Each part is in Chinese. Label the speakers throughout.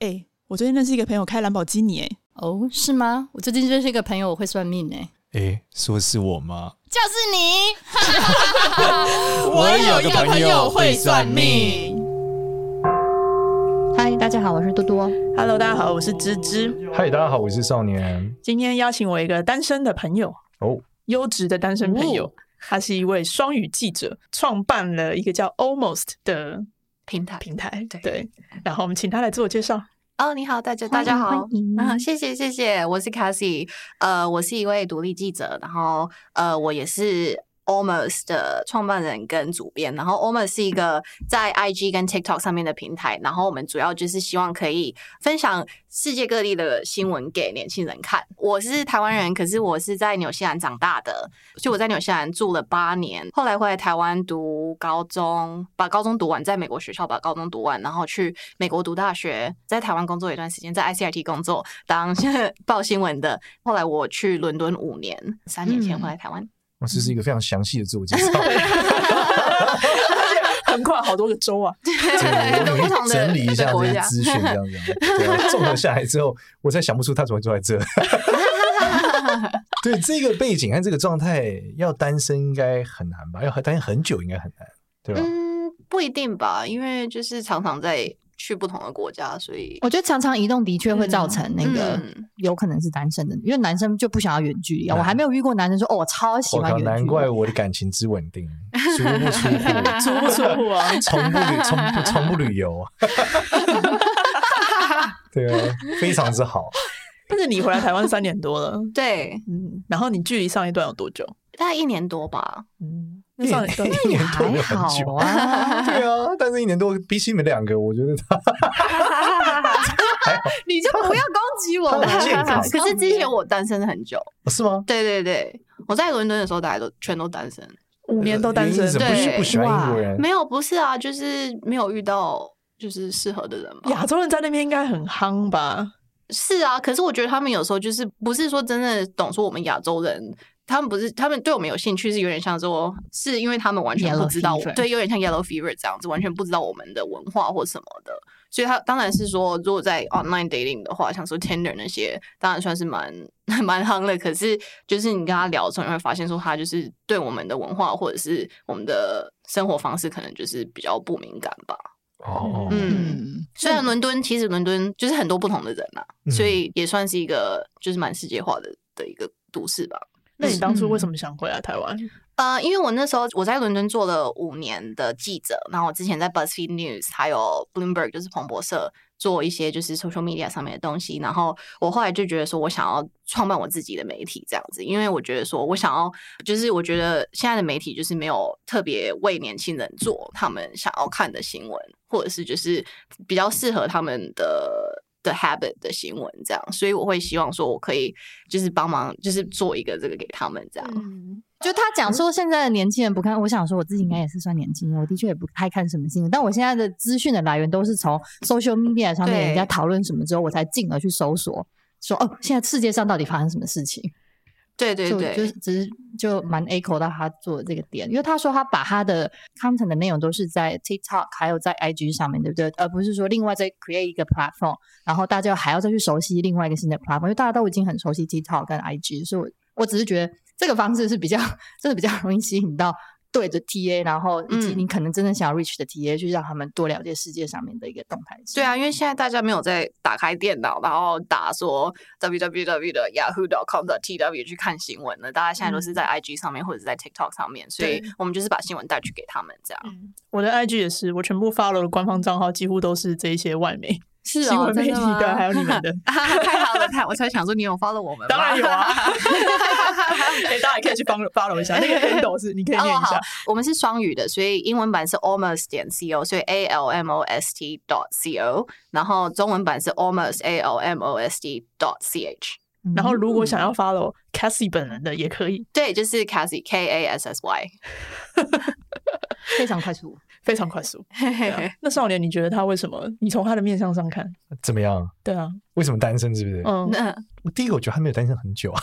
Speaker 1: 哎、我最近认识一个朋友开兰博基尼、哎，
Speaker 2: 哦，是吗？我最近认识一个朋友，我会算命哎、
Speaker 3: 诶，说是我吗？
Speaker 2: 就是你。
Speaker 3: 我有个朋友会算命。
Speaker 4: 嗨，大家好，我是多多。
Speaker 1: Hello，大家好，我是芝芝。
Speaker 3: 嗨，大家好，我是少年。
Speaker 1: 今天邀请我一个单身的朋友
Speaker 3: 哦，
Speaker 1: 优质的单身朋友，他是一位双语记者，创办了一个叫 Almost 的
Speaker 5: 平台。
Speaker 1: 平台。
Speaker 5: 对
Speaker 1: 然后我们请他来自我介绍。
Speaker 5: 哦，你好，大家大家好
Speaker 4: 欢，
Speaker 1: 嗯
Speaker 4: 迎
Speaker 5: 啊，谢谢谢谢，我是 Cassie，呃，我是一位独立记者，然后呃，我也是 Almost 的创办人跟主编，然后 Almost 是一个在 IG 跟 TikTok 上面的平台，然后我们主要就是希望可以分享世界各地的新闻给年轻人看。我是台湾人，可是我是在纽西兰长大的，就我在纽西兰住了八年，后来回来台湾读高中，把高中读完，在美国学校把高中读完，然后去美国读大学，在台湾工作一段时间，在 ICRT 工作当 报新闻的。后来我去伦敦五年，三年前
Speaker 3: 嗯
Speaker 5: 回来台湾。
Speaker 3: 哇，这是一个非常详细的自我介 绍，
Speaker 1: 横跨好多个州啊！
Speaker 3: 对
Speaker 5: 很 多不同的
Speaker 3: 整理一下
Speaker 5: 国
Speaker 3: 这些
Speaker 5: 家
Speaker 3: 资讯，这样子。对啊，综合下来之后，我才想不出他怎么会坐 在这。对这个背景和这个状态，要单身应该很难吧？要单身很久应该很难，对吧？
Speaker 5: 嗯，不一定吧，因为就是常常在去不同的国家，所以
Speaker 4: 我觉得常常移动的确会造成那个、
Speaker 5: 嗯
Speaker 4: 有可能是单身的，因为男生就不想要远距离啊。
Speaker 3: 嗯
Speaker 4: 我还没有遇过男生说哦，我超喜
Speaker 3: 我
Speaker 4: 欢
Speaker 3: 靠，
Speaker 4: 远距离。
Speaker 3: 难怪我的感情之稳 定，足不出户，
Speaker 1: 出不出户啊？
Speaker 3: 从不旅从不从不旅 游，对啊，非常之好。
Speaker 1: 但是你回来台湾三年多了，
Speaker 5: 对，
Speaker 1: 嗯，然后你距离上一段有多久？
Speaker 5: 大概一年多吧。
Speaker 1: 嗯，那上 一段
Speaker 3: 一年多没
Speaker 4: 还
Speaker 3: 有很久
Speaker 4: 好啊，
Speaker 3: 对啊，但是一年多比起你们两个，我觉得他
Speaker 5: 你就不要攻击我
Speaker 3: 了
Speaker 5: 可是之前
Speaker 2: 嗯
Speaker 5: 我单身很久，
Speaker 3: 是吗？
Speaker 5: 对对对，我在伦敦的时候，大家都全都单身。
Speaker 1: 五年都单
Speaker 3: 原
Speaker 1: 身
Speaker 3: 因，是什么不
Speaker 5: 对
Speaker 3: 喜不喜欢英国人
Speaker 5: 没有，不是啊，就是没有遇到就是适合的人吧。
Speaker 1: 亚洲人在那边应该很夯吧？
Speaker 5: 是啊，可是我觉得他们有时候就是不是说真的懂说我们亚洲人。他们不是，他们对我们有兴趣，是有点像说，是因为他们完全
Speaker 4: Yellow
Speaker 5: 不知道我
Speaker 4: fever
Speaker 5: 对，有点像 yellow fever 这样子，完全不知道我们的文化或什么的，所以他当然是说，如果在 online dating 的话，像说 Tinder 那些，当然算是蛮 蛮夯的。可是就是你跟他聊的时候，你会发现说，他就是对我们的文化或者是我们的生活方式，可能就是比较不敏感吧。
Speaker 3: 哦，
Speaker 5: 嗯，
Speaker 4: 嗯，
Speaker 5: 虽然伦敦其实伦敦就是很多不同的人啊啦、
Speaker 3: 嗯
Speaker 5: 所以也算是一个就是蛮世界化的的一个都市吧。嗯
Speaker 1: 那你当初为什么想回来台湾？
Speaker 5: 呃，因为我那时候我在伦敦做了五年的记者，然后我之前在 BuzzFeed News 还有 Bloomberg 就是彭博社做一些就是 social media 上面的东西，然后我后来就觉得说我想要创办我自己的媒体这样子，因为我觉得说我想要就是我觉得现在的媒体就是没有特别为年轻人做他们想要看的新闻，或者是就是比较适合他们的。的 habit 的新闻这样，所以我会希望说，我可以就是帮忙，就是做一个这个给他们这样。
Speaker 4: 嗯就他讲说现在的年轻人不看，我想说我自己应该也是算年轻人，我的确也不太看什么新闻，但我现在的资讯的来源都是从 social media 上面
Speaker 5: 对
Speaker 4: 人家讨论什么之后，我才进而去搜索。说哦，现在世界上到底发生什么事情？
Speaker 5: 对对
Speaker 4: 就
Speaker 5: 对，
Speaker 4: 就是只是就蛮 echo 到他做的这个点，因为他说他把他的 content 的内容都是在 TikTok 还有在 IG 上面，对不对？而不是说另外再 create 一个 platform，然后大家还要再去熟悉另外一个新的 platform，因为大家都已经很熟悉 TikTok 跟 IG，所以我我只是觉得这个方式是比较真的比较容易吸引到。对着 TA，然后以及
Speaker 5: 嗯
Speaker 4: 你可能真的想要 reach 的 TA，、去让他们多了解世界上面的一个动态性。
Speaker 5: 对啊，因为现在大家没有在打开电脑，然后打说 www 的 yahoo.com 的 tw 去看新闻了，大家现在都
Speaker 4: 嗯
Speaker 5: 是在 IG 上面或者在 TikTok 上面，所以
Speaker 1: 对
Speaker 5: 我们就是把新闻带去给他们这样。
Speaker 1: 嗯我的 IG 也是，我全部 follow 的官方账号几乎都是这一些外媒、
Speaker 5: 是。
Speaker 1: 新闻媒体哦的，还有你 们的
Speaker 5: 太好了，太，我才想说你有 follow 我们吗，
Speaker 1: 当然有啊，哎、大家也可以去 follow follow 一下，那 个 handle 是你可以念
Speaker 5: 哦，
Speaker 1: 一
Speaker 5: 好
Speaker 1: 下。，
Speaker 5: 我们是双语的，所以英文版是 almost 点 co，所以 a l m o s t dot c o，然后中文版是 almost a l m o s t dot c h。
Speaker 4: 嗯
Speaker 1: 然后如果想要 follow Cassie 本人的也可以，
Speaker 5: 对，就是 Cassie K A S S Y。
Speaker 4: 非常快速，
Speaker 1: 非常快速。对啊那少年，你觉得他为什么？你从他的面相上看，
Speaker 3: 怎么样？
Speaker 1: 对啊，
Speaker 3: 为什么单身？是不是？
Speaker 1: 嗯，
Speaker 5: 那
Speaker 3: 我第一个我觉得他没有单身很久啊，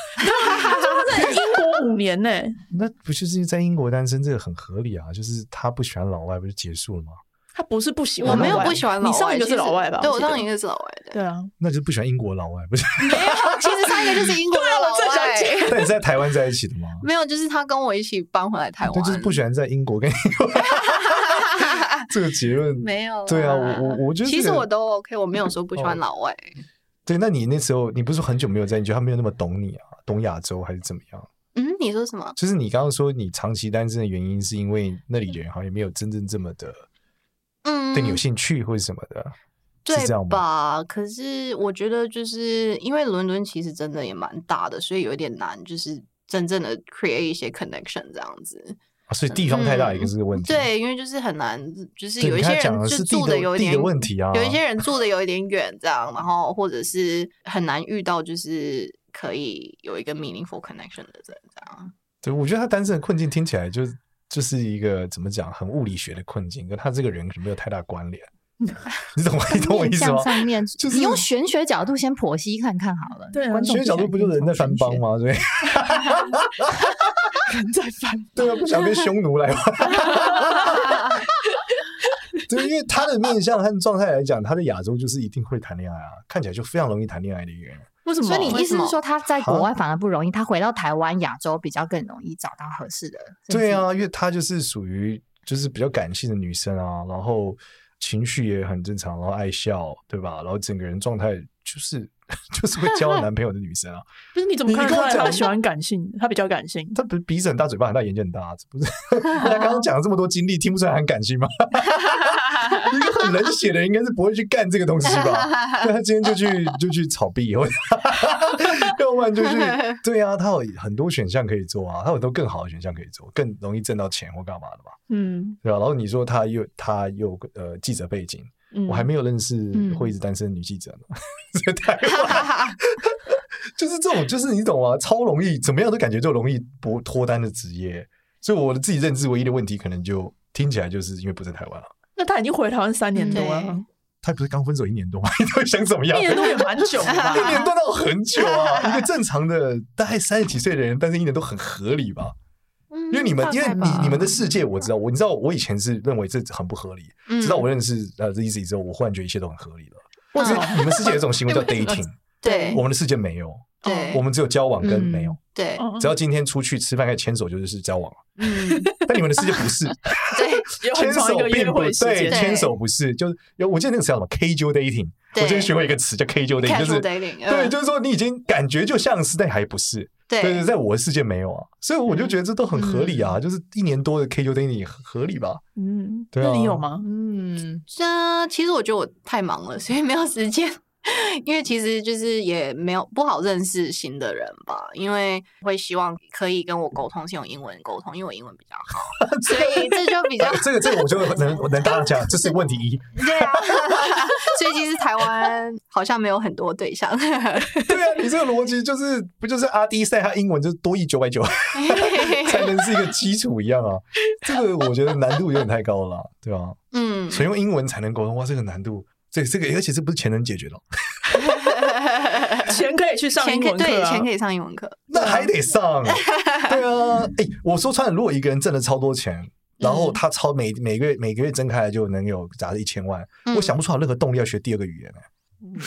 Speaker 1: 在英国五年呢、
Speaker 3: 那不就是在英国单身这个很合理啊？就是他不喜欢老外，不就结束了吗？
Speaker 1: 他不是不喜欢
Speaker 5: 我
Speaker 1: 老外，
Speaker 5: 没有不喜欢老外，
Speaker 1: 你上一个
Speaker 5: 其
Speaker 1: 是
Speaker 5: 实
Speaker 1: 老外吧？
Speaker 5: 对
Speaker 1: 我
Speaker 5: 我
Speaker 1: 记得
Speaker 5: 上一个是老 外的。
Speaker 1: 对啊，
Speaker 3: 那就是不喜欢英国老外，不是？
Speaker 5: 没有，其实上一个就是英国
Speaker 3: 啊
Speaker 5: 的老
Speaker 1: 我正想
Speaker 5: 外，
Speaker 3: 那你是在台湾在一起的吗？
Speaker 5: 没有，就是他跟我一起搬回来台
Speaker 3: 对，
Speaker 5: 湾，
Speaker 3: 就是不喜欢在英国跟 这个结论。
Speaker 5: 没有啦。
Speaker 3: 对啊，我我我觉得这
Speaker 5: 其
Speaker 3: 个、
Speaker 5: 实我都 OK，我没有说不喜欢
Speaker 3: 哦
Speaker 5: 老外。
Speaker 3: 对。那你那时候你不是很久没有在，你觉得他没有那么懂你啊？懂亚洲还是怎么样？
Speaker 5: 嗯，你说什么？
Speaker 3: 就是你刚刚说你长期单身的原因，是因为那里的人好像也没有真正这么的
Speaker 5: 嗯，
Speaker 3: 对你有兴趣或者什么的，
Speaker 5: 对
Speaker 3: 是这样吗？
Speaker 5: 吧？可是我觉得，就是因为伦敦其实真的也蛮大的，所以有一点难，就是真正的 create 一些 connection 这样子。
Speaker 3: 啊所以地方太大也是个问题。
Speaker 5: 嗯对，因为就是很难，就是
Speaker 3: 对，
Speaker 5: 有一
Speaker 3: 你刚
Speaker 5: 些
Speaker 3: 才讲
Speaker 5: 人
Speaker 3: 的
Speaker 5: 就是住
Speaker 3: 地
Speaker 5: 的有一
Speaker 3: 地
Speaker 5: 点
Speaker 3: 的问题啊，
Speaker 5: 有一些人住的有一点远，这样，然后或者是很难遇到，就是可以有一个 meaningful connection 的人，这样。
Speaker 3: 对，我觉得他单身的困境听起来就就是一个怎么讲，很物理学的困境，跟他这个人可能没有太大关联。
Speaker 1: 嗯
Speaker 3: 你懂我，你懂我意
Speaker 4: 面
Speaker 3: 思
Speaker 4: 向
Speaker 3: 吗？
Speaker 4: 上面，
Speaker 3: 就是
Speaker 4: 你用玄学角度先剖析看看好了。
Speaker 1: 对啊
Speaker 4: 观众
Speaker 3: 学角
Speaker 4: 喜
Speaker 3: 度
Speaker 4: 欢
Speaker 3: 不就是人在翻帮
Speaker 4: 玄学？
Speaker 3: 吗？对，
Speaker 1: 人在翻
Speaker 3: 对啊，不想跟匈 奴来往。对，因为他的面相和状态来讲，他在亚洲就是一定会谈恋爱啊，看起来就非常容易谈恋爱的一个人。
Speaker 1: 为什么？
Speaker 4: 所以你
Speaker 5: 为
Speaker 4: 意
Speaker 5: 什
Speaker 4: 思
Speaker 5: 么
Speaker 4: 是说他在
Speaker 3: 啊
Speaker 4: 国外反而不容易，他回到台湾、亚洲比较更容易找到合适的？是不是嗯
Speaker 3: 对，啊，因为她就是属于就是比较感性的女生啊，然后情绪也很正常，然后爱笑，对吧？然后整个人状态就是 就是会交男朋友的女生啊。
Speaker 1: 不是你怎么看得出来
Speaker 3: 你跟我讲
Speaker 1: 他喜欢感性？他比较感性，
Speaker 3: 她不是鼻子很大，嘴巴很大，眼睛很大，啊这不是？ 她刚刚讲了这么多经历，听不出来很感性吗？ 一个很冷血的人应该是不会去干这个东西吧？ 那他今天就去就去炒币，或者 要不然就去对啊，他有很多选项可以做啊，他有很多更好的选项可以做，更容易挣到钱或干嘛的吧？
Speaker 1: 嗯
Speaker 3: 对吧、然后你说他又他又呃记者背景，
Speaker 1: 嗯，
Speaker 3: 我还没有认识
Speaker 4: 嗯
Speaker 3: 会一直单身的女记者呢， 在台湾就是这种，就是你懂吗？超容易，怎么样都感觉就容易脱脱单的职业，所以我的自己认知唯一的问题，可能就听起来就是因为不在台湾啊。
Speaker 1: 那他已经回台湾三年多了，
Speaker 5: 嗯
Speaker 3: 他不是刚分手一年多吗？ 你到底想怎么样？
Speaker 1: 一年多也蛮久的吧？
Speaker 3: 一年多到很久啊！一个正常的大概三十几岁的人，但是一年都很合理吧？
Speaker 1: 嗯
Speaker 3: 因为你们，因为你你们的世界我知道，我你知道，我以前是认为这很不合理，
Speaker 5: 嗯
Speaker 3: 直到我认识呃 Easy 之后，我忽然觉得一切都很合理了。
Speaker 1: 为什
Speaker 3: 因为
Speaker 1: 么？
Speaker 3: 你们世界有一 种行为叫 dating，
Speaker 5: 对
Speaker 3: 我们的世界没有，
Speaker 5: 对
Speaker 3: 我们只有交往跟没有。
Speaker 5: 对
Speaker 1: 嗯
Speaker 3: 只要今天出去吃饭、该牵手就是交往了，
Speaker 5: 嗯
Speaker 3: 但你们的世界不是
Speaker 5: 对
Speaker 1: 有很
Speaker 3: 牵
Speaker 1: 长
Speaker 3: 手
Speaker 1: 一个约
Speaker 3: 并不
Speaker 1: 会时
Speaker 3: 对，
Speaker 1: 间，
Speaker 5: 对
Speaker 3: 牵手不是就是有我记得那个词叫什么 casual dating，我
Speaker 5: 对
Speaker 3: 最近学会一个词叫 casual dating，就
Speaker 5: casual
Speaker 3: 是
Speaker 5: dating，
Speaker 1: 嗯
Speaker 5: 嗯
Speaker 3: 对，就是说你已经感觉就像是，但还不是。
Speaker 5: 对
Speaker 3: 对，在我的世界没有啊，所以我就觉得这都很合理啊，就是一年多的 K 就等于你合理吧？
Speaker 1: 嗯，
Speaker 3: 对啊
Speaker 1: 那你有吗？
Speaker 4: 嗯，
Speaker 5: 这其实我觉得我太忙了， 所以没有时间。因为其实就是也没有不好认识新的人吧，因为会希望可以跟我沟通是用英文沟通，因为我英文比较好，所以这就 比较
Speaker 3: 呃这个这个我就能我能答得下，这是问 题一。
Speaker 5: 对啊，所以其实台湾好像没有很多 对象，
Speaker 3: 对啊，你这个逻辑就是不就是阿迪赛他英文就是多一九百九才能是一个基础一样 啊？这个我觉得难度有点太高了啊，对吧、
Speaker 5: 嗯，
Speaker 3: 所以用英文才能沟通，哇，这个难度。这这个，而且这不是钱能解决的，哦
Speaker 1: 钱可以去上
Speaker 5: 钱
Speaker 1: 英
Speaker 5: 可以
Speaker 1: 文
Speaker 5: 对
Speaker 1: 课啊
Speaker 5: 钱，可以上英文课，
Speaker 3: 那还得 上。对啊，哎、我说穿了，如果一个人挣了超多钱，然
Speaker 5: 嗯
Speaker 3: 后他超每每个月每个月挣开来就能有假设一千万，
Speaker 5: 嗯
Speaker 3: 我想不出来任何动力要学第二个语言哎、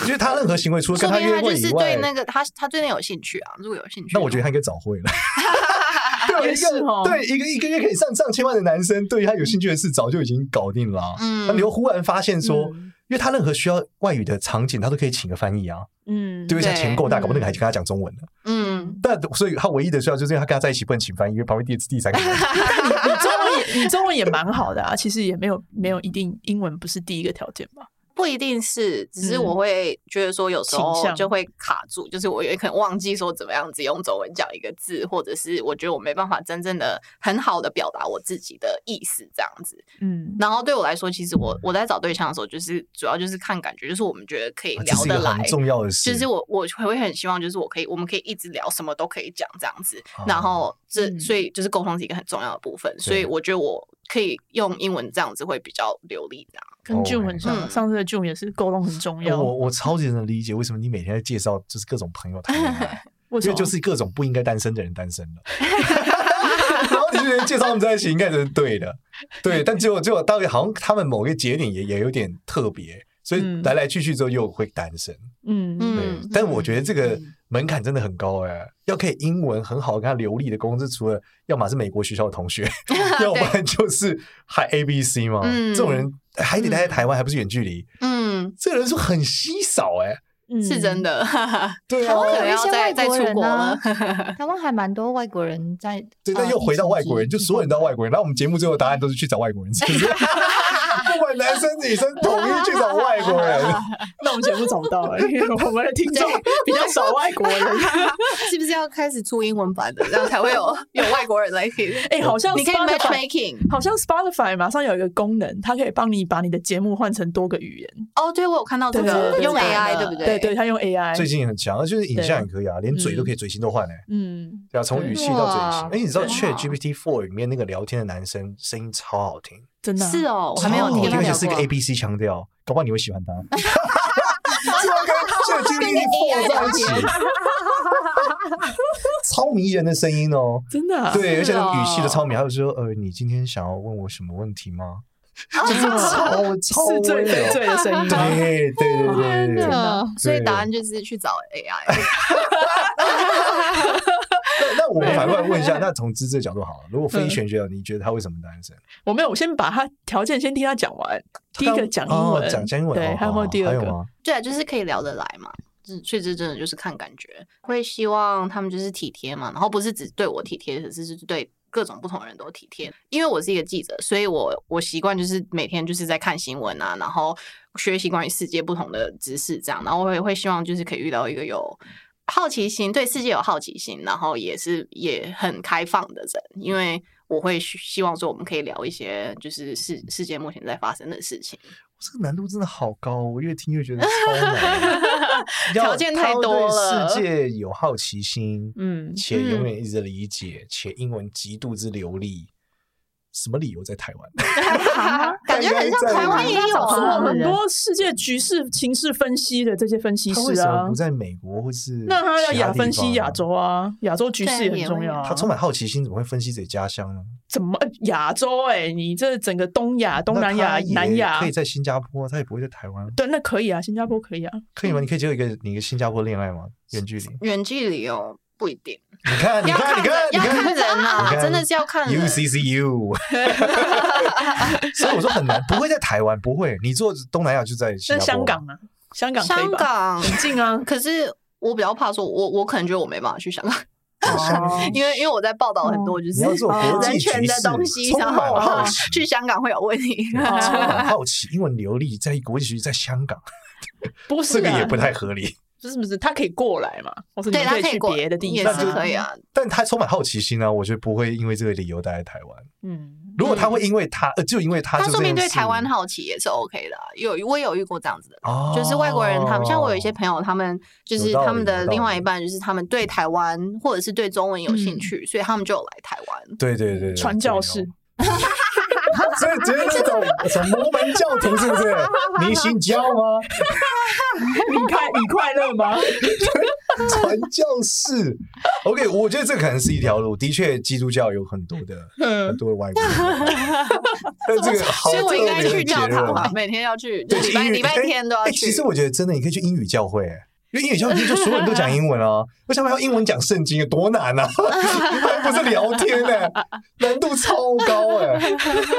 Speaker 3: 因为他任何行为，除了
Speaker 5: 说
Speaker 3: 跟
Speaker 5: 不定
Speaker 3: 约
Speaker 5: 他就
Speaker 3: 会以
Speaker 5: 是
Speaker 3: 外
Speaker 5: 对，那个他他对那有兴趣啊，如果有兴趣，
Speaker 3: 那我觉得他应该早会 了。对啊
Speaker 1: 也
Speaker 3: 一
Speaker 1: 是
Speaker 3: 个、
Speaker 1: 哦
Speaker 3: 对一个一个月可以上上千万的男生，对于他有兴趣的事早就已经搞定了啊、
Speaker 5: 嗯
Speaker 3: 那你又忽然发现说，因为他任何需要外语的场景，他都可以请个翻译啊，
Speaker 1: 嗯，
Speaker 3: 对不对？
Speaker 5: 对
Speaker 3: 钱够大，搞不定还跟他讲中文呢。
Speaker 5: 嗯，
Speaker 3: 但所以他唯一的需要就是因为他跟他在一起不能请翻译，因为旁边第第 三个人。啊
Speaker 1: 你中文也你中文也蛮好的啊，其实也没有没有一定英文不是第一个条件吧？
Speaker 5: 不一定是，只是
Speaker 1: 嗯
Speaker 5: 我会觉得说有时
Speaker 1: 倾
Speaker 5: 候
Speaker 1: 向
Speaker 5: 就会卡住，就是我也可能忘记说怎么样子用中文讲一个字，或者是我觉得我没办法真正的很好的表达我自己的意思这样子。
Speaker 1: 嗯，
Speaker 5: 然后对我来说，其实我我在找对象的时候，就是主要就是看感觉，就是我们觉得可以
Speaker 3: 啊这
Speaker 5: 聊
Speaker 3: 是一
Speaker 5: 得
Speaker 3: 个
Speaker 5: 来
Speaker 3: 很。重要的事。
Speaker 5: 就是我，我会很希望，就是我可以，我们可以一直聊，什么都可以讲这样子。
Speaker 3: 啊
Speaker 5: 然后这，
Speaker 4: 嗯
Speaker 5: 所以就是沟通是一个很重要的部分。所以我觉得我可以用英文这样子会比较流利这样。
Speaker 1: 跟 June 很像啊，
Speaker 5: 嗯
Speaker 1: 上次的 June 也是沟通很重要，
Speaker 3: 哦哎我我超级能理解为什么你每天在介绍就是各种朋友谈恋 爱，
Speaker 1: 为
Speaker 3: 因
Speaker 1: 什
Speaker 3: 为
Speaker 1: 么？
Speaker 3: 就是各 种不应该单身的人单身了，然后你就觉得介绍他们在一起应该才是对的，对，但结果结果到底好像他们某一个节点也也有点特别，所以
Speaker 1: 嗯
Speaker 3: 来来去去之后又会单身。
Speaker 1: 嗯，
Speaker 3: 对，
Speaker 5: 嗯，
Speaker 3: 但我觉得这个
Speaker 5: 嗯
Speaker 3: 门槛真的很高哎、要可以英文很好、跟他流利的公司，除了要么是美国学校的同 学，要不然就是还 A B C 嘛。
Speaker 5: 嗯
Speaker 3: 这种人还得待在台湾，还不是远距离，
Speaker 5: 嗯，
Speaker 3: 这个人数很稀少哎、
Speaker 1: 嗯
Speaker 5: 是 真的，
Speaker 3: 对
Speaker 5: 台
Speaker 3: 啊，
Speaker 5: 湾
Speaker 4: 哦有
Speaker 5: 可能
Speaker 4: 一
Speaker 5: 要
Speaker 4: 些
Speaker 5: 再
Speaker 4: 外
Speaker 5: 再
Speaker 4: 国
Speaker 5: 出
Speaker 4: 人
Speaker 5: 国
Speaker 4: 啊
Speaker 5: 了，
Speaker 4: 台湾还蛮多外国人在，
Speaker 3: 对，
Speaker 4: 呃
Speaker 3: 但又回到外国人，
Speaker 4: 疫
Speaker 3: 就
Speaker 4: 情期
Speaker 3: 所有人到外国人。然后我们节目最后答案都是去找外 国人，是不是？不管男生女生，统一去找外国人。
Speaker 1: 那我们节目找不到
Speaker 3: 哎
Speaker 1: 了，因为我们的听众比较少外国人。
Speaker 5: 是不是要开始出英文版的，这样才会有有外国人来 听？
Speaker 1: 哎，好像
Speaker 5: 你可以
Speaker 1: Spotify。
Speaker 5: matchmaking
Speaker 1: 好像 Spotify 马上有一个功能，它可以帮你把你的节目换成多个语言。
Speaker 5: 哦，对我有看到这
Speaker 1: 对对对啊
Speaker 5: 个
Speaker 1: 对
Speaker 5: 用
Speaker 1: 对
Speaker 5: AI 对不
Speaker 1: 对对，
Speaker 5: 对，
Speaker 1: 它用 AI。
Speaker 3: 最近很强，就是影像也可以啊，连嘴都可以，嘴型都换哎、
Speaker 1: 嗯，
Speaker 3: 对啊，从语气到嘴型
Speaker 4: 哇。
Speaker 3: 哎，你知道
Speaker 5: 对
Speaker 3: Chat GPT Four 里面那个聊天的男生声音超好听，
Speaker 1: 真的啊
Speaker 5: 是哦，我还没有
Speaker 3: 超好
Speaker 5: 听
Speaker 3: 听，
Speaker 5: 他
Speaker 3: 而且
Speaker 5: 聊
Speaker 3: 是一个
Speaker 5: 过
Speaker 3: A。B C 腔调，搞不好你会喜 欢他。就要跟 Chat GPT Four 在一起， 超迷人的声音哦。
Speaker 1: 真的啊，
Speaker 3: 对，而且那个语气都
Speaker 5: 哦
Speaker 3: 超迷，还有说，呃，你今天想要问我什么问题 吗？就是超超
Speaker 1: 啊是最
Speaker 3: 温柔
Speaker 1: 最最的声音吗？
Speaker 3: 对对对对对。那
Speaker 4: 啊的
Speaker 5: 所以答案就是去找 AI。
Speaker 3: 那我们反过来问一下，那从资质的角度好了，如果非
Speaker 5: 嗯
Speaker 3: 玄学，你觉得他为什么单身？
Speaker 1: 我没有，我先把它条件先听他讲完。第一个讲英
Speaker 3: 哦
Speaker 1: 文，
Speaker 3: 讲讲英文，
Speaker 1: 对，
Speaker 3: 哦
Speaker 1: 还有没有
Speaker 3: 哦
Speaker 1: 第二
Speaker 3: 还有
Speaker 1: 个？
Speaker 3: 吗？
Speaker 5: 对啊，就是可以聊得来嘛。这所以这真的就是看感觉，会希望他们就是体贴嘛，然后不是只对我体贴，只是是对各种不同人都体贴。因为我是一个记者，所以我我习惯就是每天就是在看新闻啊，然后学习关于世界不同的知识，这样，然后我也会希望就是可以遇到一个有。好奇心对世界有好奇心，然后也是也很开放的人，因为我会希希望说我们可以聊一些就是世世界目前在发生的事情。
Speaker 3: 这个难度真的好高哦，我越听越觉得超难。要
Speaker 5: 条件太多
Speaker 3: 他
Speaker 5: 了
Speaker 3: 对世界有好奇心，
Speaker 1: 嗯
Speaker 3: 且永远一直理解，且英文极度之流利。什么理由在台湾？
Speaker 5: 感觉很像台湾也有
Speaker 1: 是我
Speaker 5: 啊，
Speaker 1: 很多世界局势、情势分析的这些分析
Speaker 3: 他为
Speaker 1: 师
Speaker 3: 什么
Speaker 1: 啊
Speaker 3: 不，在美国或是
Speaker 1: 那他要
Speaker 3: 其他
Speaker 1: 亚
Speaker 3: 地
Speaker 1: 分析
Speaker 3: 方
Speaker 1: 亚洲啊，亚洲局势也很重要啊。
Speaker 3: 他充满好奇心，怎么会分析自己家乡呢？
Speaker 1: 怎么亚洲？哎，你这整个东亚、东南亚
Speaker 3: 那他、也
Speaker 1: 南亚
Speaker 3: 可以，在新加坡，他也不会在台湾，
Speaker 1: 对，那可以啊，新加坡可以啊。
Speaker 3: 可以吗？你可以接受一个你一个新加坡恋爱吗？远距离？你
Speaker 5: 远距离哦，不一定，
Speaker 3: 看，你
Speaker 5: 要
Speaker 3: 看，
Speaker 5: 看
Speaker 3: 你看，
Speaker 5: 人
Speaker 3: 你
Speaker 5: 要
Speaker 3: 看
Speaker 5: 看人
Speaker 3: 你
Speaker 5: 啊，
Speaker 3: 看
Speaker 5: 真的是要看人。
Speaker 3: ，UCCU。所以我说很难，不会在台湾，不会。你做东南亚就在新
Speaker 1: 那
Speaker 3: 加
Speaker 1: 香
Speaker 3: 坡
Speaker 1: 港啊，香港可以
Speaker 5: 香
Speaker 1: 吧？
Speaker 5: 港，
Speaker 1: 很近 啊，
Speaker 5: 可是我比较怕说，我我可能觉得我没办法去 香港，
Speaker 1: 哦
Speaker 5: 因为因为我在报道很多就
Speaker 3: 你
Speaker 5: 是
Speaker 3: 要做国际
Speaker 5: 人
Speaker 3: 局
Speaker 5: 权的
Speaker 3: 势，
Speaker 5: 东西，
Speaker 3: 充
Speaker 5: 然后
Speaker 3: 满
Speaker 5: 我
Speaker 3: 好
Speaker 5: 怕
Speaker 3: 奇，
Speaker 5: 去香港会有问题。
Speaker 1: 哦
Speaker 3: 充满好奇，英文流利，在国际局势，在香 港，
Speaker 1: 不是
Speaker 3: 这个
Speaker 1: 啊
Speaker 3: 也不太合理。
Speaker 1: 不是不是，他可以过来嘛，或是你
Speaker 5: 对，
Speaker 1: 们
Speaker 5: 他
Speaker 1: 以去
Speaker 5: 过
Speaker 1: 别的地
Speaker 5: 也
Speaker 1: 方，
Speaker 5: 是可以。啊。
Speaker 3: 但他充满好奇心啊呢，我觉得不会因为这个理由待在台湾。
Speaker 1: 嗯，
Speaker 3: 如果他会因为他，呃，就因为他
Speaker 5: 嗯他
Speaker 3: 做这
Speaker 5: 说明
Speaker 3: 件
Speaker 5: 对
Speaker 3: 事
Speaker 5: 台湾好奇也是 OK 的啊，有我也有遇过这样子的人。
Speaker 3: 哦，
Speaker 5: 就是外国人，他们像我有一些朋友，他们就
Speaker 3: 有
Speaker 5: 是
Speaker 3: 道
Speaker 5: 他
Speaker 3: 理
Speaker 5: 们的
Speaker 3: 有道
Speaker 5: 另外
Speaker 3: 理
Speaker 5: 一半，就是他们对台湾或者是对中文有兴趣，所以他们就有来台湾。
Speaker 3: 对对对，对
Speaker 1: 传教士，
Speaker 3: 所以直接那种什么摩门教徒是不 是？你信教吗？
Speaker 1: 你快你快乐 吗？
Speaker 3: 传教士，OK，我觉得这可能是一条路。的确，基督教有很多 的很
Speaker 1: 嗯，
Speaker 3: 多的外国人，但这个好
Speaker 5: 所以我应该
Speaker 3: 特别的
Speaker 5: 去教
Speaker 3: 结
Speaker 5: 堂
Speaker 3: 论
Speaker 5: 吧，每天要去，就
Speaker 3: 对，
Speaker 5: 礼拜
Speaker 3: 英语
Speaker 5: 礼拜天都要
Speaker 3: 哎哎
Speaker 5: 去。
Speaker 3: 其实我觉得真的，你可以去英语教会、哎因为英语教会就所有人都讲英文啊，为什么要英文讲圣经？多难啊！ 还不是聊天呢、哎难度超高哎、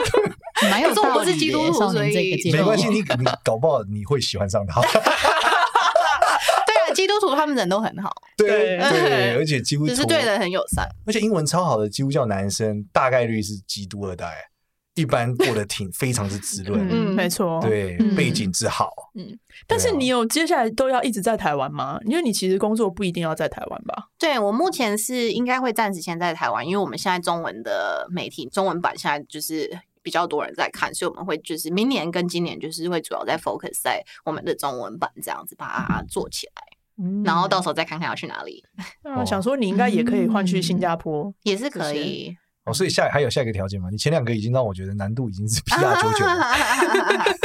Speaker 4: 蛮有
Speaker 5: 可是我
Speaker 4: 道
Speaker 5: 不是
Speaker 4: 理
Speaker 5: 基督
Speaker 4: 耶
Speaker 5: 徒
Speaker 4: 少
Speaker 5: 所
Speaker 4: 年这
Speaker 5: 以
Speaker 4: 个阶
Speaker 3: 没
Speaker 4: 段，
Speaker 3: 关系，你你搞不好你会喜欢上他。
Speaker 5: 对啊，基督徒他们人都很好，
Speaker 3: 对
Speaker 1: 对
Speaker 3: 对，而且几乎
Speaker 5: 只是
Speaker 3: 从
Speaker 5: 对人很友善。
Speaker 3: 而且英文超好的基督教男生，大概率是基督二代，一般过得挺非常之滋润，
Speaker 1: 嗯，没错。
Speaker 3: 对啊
Speaker 4: 嗯
Speaker 3: 背景之好。
Speaker 1: 但是
Speaker 3: 对啊
Speaker 1: 你有接下来都要一直在台湾吗？因为你其实工作不一定要在台湾吧？
Speaker 5: 对我目前是应该会暂时先在台湾，因为我们现在中文的媒体中文版现在就是。比较多人在看，所以我们会就是明年跟今年就是会主要在 focus 在我们的中文版这样子把它做起来，
Speaker 4: 嗯
Speaker 5: 然后到时候再看看要去哪里
Speaker 1: 那
Speaker 3: 哦
Speaker 1: 想说你应该也可以换去新加坡，
Speaker 5: 也是
Speaker 1: 谢
Speaker 5: 可
Speaker 1: 谢
Speaker 5: 以。
Speaker 3: 哦，所以下还有下一个条件吗？你前两个已经让我觉得难度已经
Speaker 4: 啊
Speaker 3: 是